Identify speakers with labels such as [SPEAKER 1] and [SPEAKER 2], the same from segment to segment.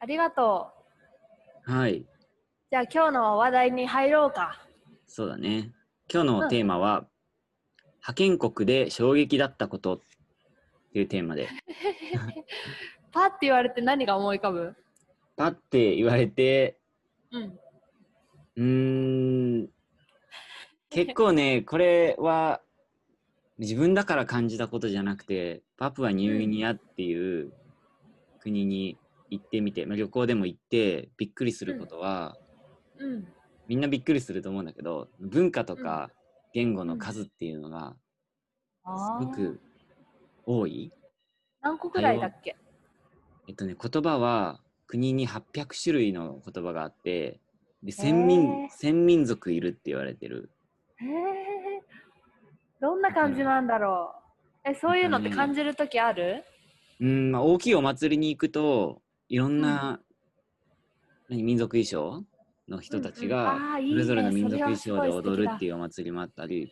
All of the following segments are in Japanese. [SPEAKER 1] ありがとう。
[SPEAKER 2] はい、
[SPEAKER 1] じゃあ今日の話題に入ろうか。
[SPEAKER 2] そうだね。今日のテーマは、派遣国で衝撃だったことっていうテーマで、
[SPEAKER 1] パって言われて何が思い浮かぶ
[SPEAKER 2] パッて言われて、
[SPEAKER 1] うん。
[SPEAKER 2] うーん、結 構ね、これは自分だから感じたことじゃなくて、パプアニューギニアっていう国に行ってみて、まあ、旅行でも行ってびっくりすることは、
[SPEAKER 1] うん。
[SPEAKER 2] みんなびっくりすると思うんだけど、文化とか言語の数っていうのが
[SPEAKER 1] あ
[SPEAKER 2] すご
[SPEAKER 1] ー
[SPEAKER 2] く多い。
[SPEAKER 1] 何個くらいだっけ
[SPEAKER 2] えっとね、言葉は国に800種類の言葉があってで
[SPEAKER 1] ー
[SPEAKER 2] 1000民1000民族いるって言われてる
[SPEAKER 1] へえ。どんな感じなんだろう。え、そういうのって感じるときある
[SPEAKER 2] うん、まあ、大きいお祭りに行くといろんな、何民族衣装の人たちが
[SPEAKER 1] うんうんあーいいね
[SPEAKER 2] それぞれの民族衣装で
[SPEAKER 1] それはすごい素敵
[SPEAKER 2] 踊る
[SPEAKER 1] だ
[SPEAKER 2] っていうお祭りもあったり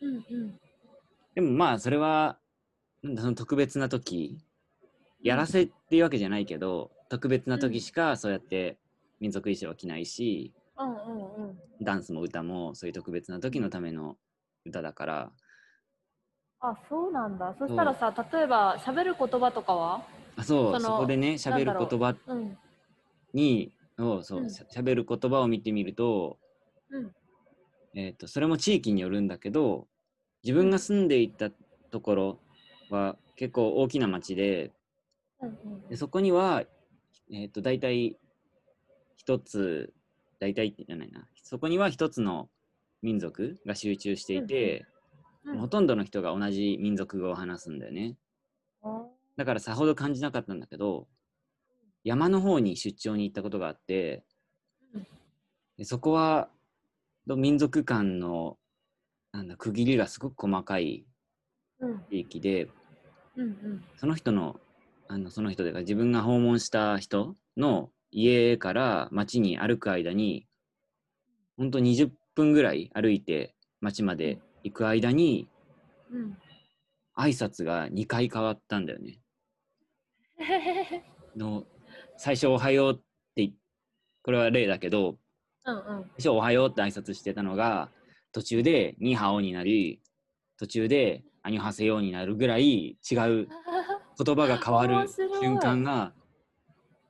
[SPEAKER 1] うんうん。
[SPEAKER 2] でもまあそれはなんだその特別な時やらせっていうわけじゃないけど特別な時しかそうやって民族衣装は着ないし、
[SPEAKER 1] うんうんうん。
[SPEAKER 2] ダンスも歌もそういう特別な時のための歌だから
[SPEAKER 1] あ、そうなんだ。そしたらさ、例えば喋る言葉とかは
[SPEAKER 2] あそう
[SPEAKER 1] そ
[SPEAKER 2] そ
[SPEAKER 1] の
[SPEAKER 2] こでね喋
[SPEAKER 1] な
[SPEAKER 2] る
[SPEAKER 1] んだろう
[SPEAKER 2] 言葉
[SPEAKER 1] うん。
[SPEAKER 2] にをそう、
[SPEAKER 1] うん
[SPEAKER 2] しゃ喋る言葉を見てみると,、
[SPEAKER 1] うん。
[SPEAKER 2] えー、とそれも地域によるんだけど自分が住んでいたところは結構大きな町で
[SPEAKER 1] うんうん
[SPEAKER 2] でそこには、えー、と大体一つ大体って言わないなそこには一つの民族が集中していて、
[SPEAKER 1] うん
[SPEAKER 2] ほとんどの人が同じ民族語を話すんだよね。だからさほど感じなかったんだけど山の方に出張に行ったことがあって
[SPEAKER 1] うん
[SPEAKER 2] でそこはど民族間のなんだ区切りがすごく細かい
[SPEAKER 1] うん
[SPEAKER 2] 地域で
[SPEAKER 1] うんうん。
[SPEAKER 2] その人のあのその人というか自分が訪問した人の家から町に歩く間にほんと20分ぐらい歩いて町まで行く間に
[SPEAKER 1] うん。
[SPEAKER 2] 挨拶が2回変わったんだよね。の最初「おはよう」っていこれは例だけど
[SPEAKER 1] うん うん。
[SPEAKER 2] 最初「おはよう」って挨拶してたのが途中で「ニーハオ」になり途中で「アニョハセヨ」になるぐらい違う言葉が変わ
[SPEAKER 1] 面
[SPEAKER 2] る
[SPEAKER 1] 白い
[SPEAKER 2] 瞬間が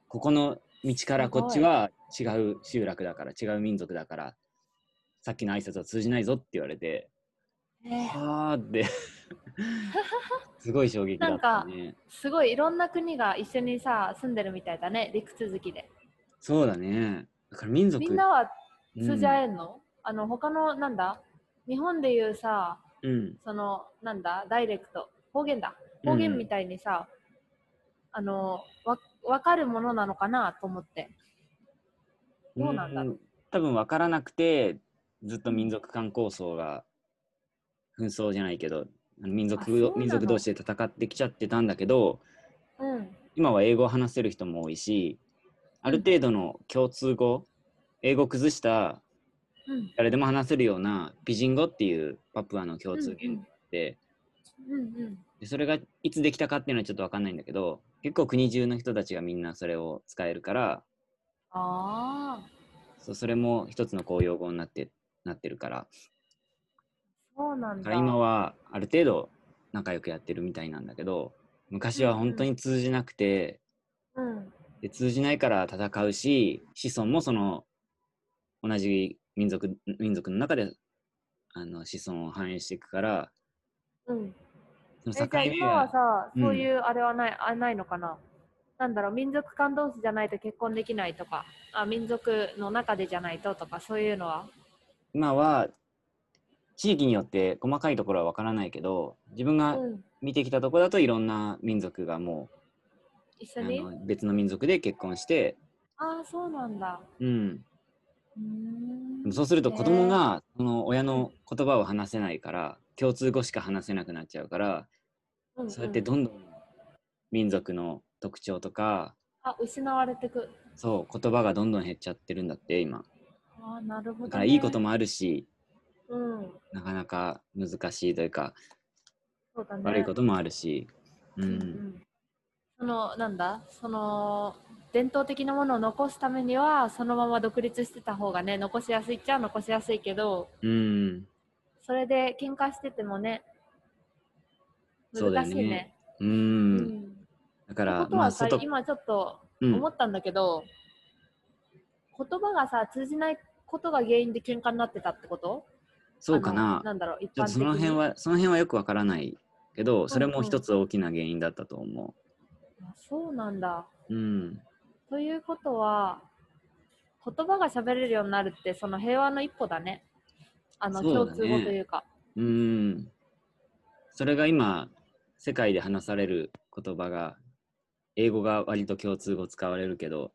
[SPEAKER 2] ここの道からこっちは違う集落だから違う民族だからさっきの挨拶は通じないぞって言われて
[SPEAKER 1] ね
[SPEAKER 2] はあって すごい衝撃だったね。
[SPEAKER 1] すごいいろんな国が一緒にさ住んでるみたいだね陸続きで
[SPEAKER 2] そうだね。だから民族
[SPEAKER 1] みんなは
[SPEAKER 2] うん
[SPEAKER 1] 通じ合えんの、あの他のなんだ日本でいうさ
[SPEAKER 2] うん
[SPEAKER 1] そのなんだダイレクト方言だ方言みたいにさ、あのわ分かるものなのかなと思ってどうなんだろう
[SPEAKER 2] 多分分からなくてずっと民族間構想が紛争じゃないけどあの民
[SPEAKER 1] あそうなの
[SPEAKER 2] 族民族同士で戦ってきちゃってたんだけど
[SPEAKER 1] うん
[SPEAKER 2] 今は英語を話せる人も多いしある程度の共通語、英語崩した
[SPEAKER 1] うん
[SPEAKER 2] 誰でも話せるようなピジン語っていうパプアの共通言語って、
[SPEAKER 1] うんうん
[SPEAKER 2] でそれがいつできたかっていうのはちょっと分かんないんだけど結構国中の人たちがみんなそれを使えるから
[SPEAKER 1] ああ
[SPEAKER 2] そうそれも一つの公用語になってなってるから
[SPEAKER 1] そうなんだ
[SPEAKER 2] だから今はある程度仲良くやってるみたいなんだけど昔は本当に通じなくて、
[SPEAKER 1] うん
[SPEAKER 2] で通じないから戦うし子孫もその同じ民族民族の中であの子孫を繁栄していくから
[SPEAKER 1] うん
[SPEAKER 2] そ
[SPEAKER 1] え
[SPEAKER 2] の境
[SPEAKER 1] じゃあ
[SPEAKER 2] 目
[SPEAKER 1] 今は
[SPEAKER 2] は
[SPEAKER 1] さ、
[SPEAKER 2] うん
[SPEAKER 1] そういうあれはないあないのかななんだろう民族間同士じゃないと結婚できないとかあ民族の中でじゃないととかそういうのは
[SPEAKER 2] 今は地域によって細かいところはわからないけど自分が
[SPEAKER 1] うん
[SPEAKER 2] 見てきたところだといろんな民族がも
[SPEAKER 1] 一緒
[SPEAKER 2] う、
[SPEAKER 1] に
[SPEAKER 2] あの別の民族で結婚して、
[SPEAKER 1] ああそうなんだ
[SPEAKER 2] うん、
[SPEAKER 1] うーん
[SPEAKER 2] でもそうすると子供がその親の言葉を話せないから共通語しか話せなくなっちゃうから
[SPEAKER 1] うんうん
[SPEAKER 2] そうやってどんどん民族の特徴とか
[SPEAKER 1] あ失われてく
[SPEAKER 2] そう言葉がどんどん減っちゃってるんだって今
[SPEAKER 1] ああなるほど、ね、
[SPEAKER 2] だからいいこともあるし
[SPEAKER 1] うん
[SPEAKER 2] なかなか難しいというか
[SPEAKER 1] そうだね
[SPEAKER 2] 悪いこともあるし、う
[SPEAKER 1] うんうんんそのなんだその伝統的なものを残すためにはそのまま独立してた方がね残しやすいっちゃ残しやすいけど
[SPEAKER 2] うん。
[SPEAKER 1] それで喧嘩しててもね
[SPEAKER 2] そうだよ
[SPEAKER 1] 難
[SPEAKER 2] ね
[SPEAKER 1] しいね。
[SPEAKER 2] う。
[SPEAKER 1] うんん
[SPEAKER 2] だか
[SPEAKER 1] って
[SPEAKER 2] ら、
[SPEAKER 1] こと
[SPEAKER 2] ま
[SPEAKER 1] は
[SPEAKER 2] あ、
[SPEAKER 1] さ、
[SPEAKER 2] 外、
[SPEAKER 1] 今ちょっと
[SPEAKER 2] う
[SPEAKER 1] 思
[SPEAKER 2] ん、
[SPEAKER 1] ったんだけど、言葉がさ通じないことが原因で喧嘩になってたってこと
[SPEAKER 2] そうか
[SPEAKER 1] あ
[SPEAKER 2] な
[SPEAKER 1] の。なんだろう一
[SPEAKER 2] ち
[SPEAKER 1] 般
[SPEAKER 2] ょっと
[SPEAKER 1] 的
[SPEAKER 2] そ
[SPEAKER 1] に
[SPEAKER 2] の辺は、その辺はよくわからないけど、それ
[SPEAKER 1] うんう
[SPEAKER 2] も
[SPEAKER 1] ん
[SPEAKER 2] 一つ大きな原因だったと思
[SPEAKER 1] あそうなんだ
[SPEAKER 2] う。うん。
[SPEAKER 1] ということは言葉が喋れるようになるってその平和の一歩だねあの、
[SPEAKER 2] そうだ
[SPEAKER 1] 共
[SPEAKER 2] ね
[SPEAKER 1] 通語というか
[SPEAKER 2] うん。それが今、世界で話される言葉が、英語が割と共通語使われるけど、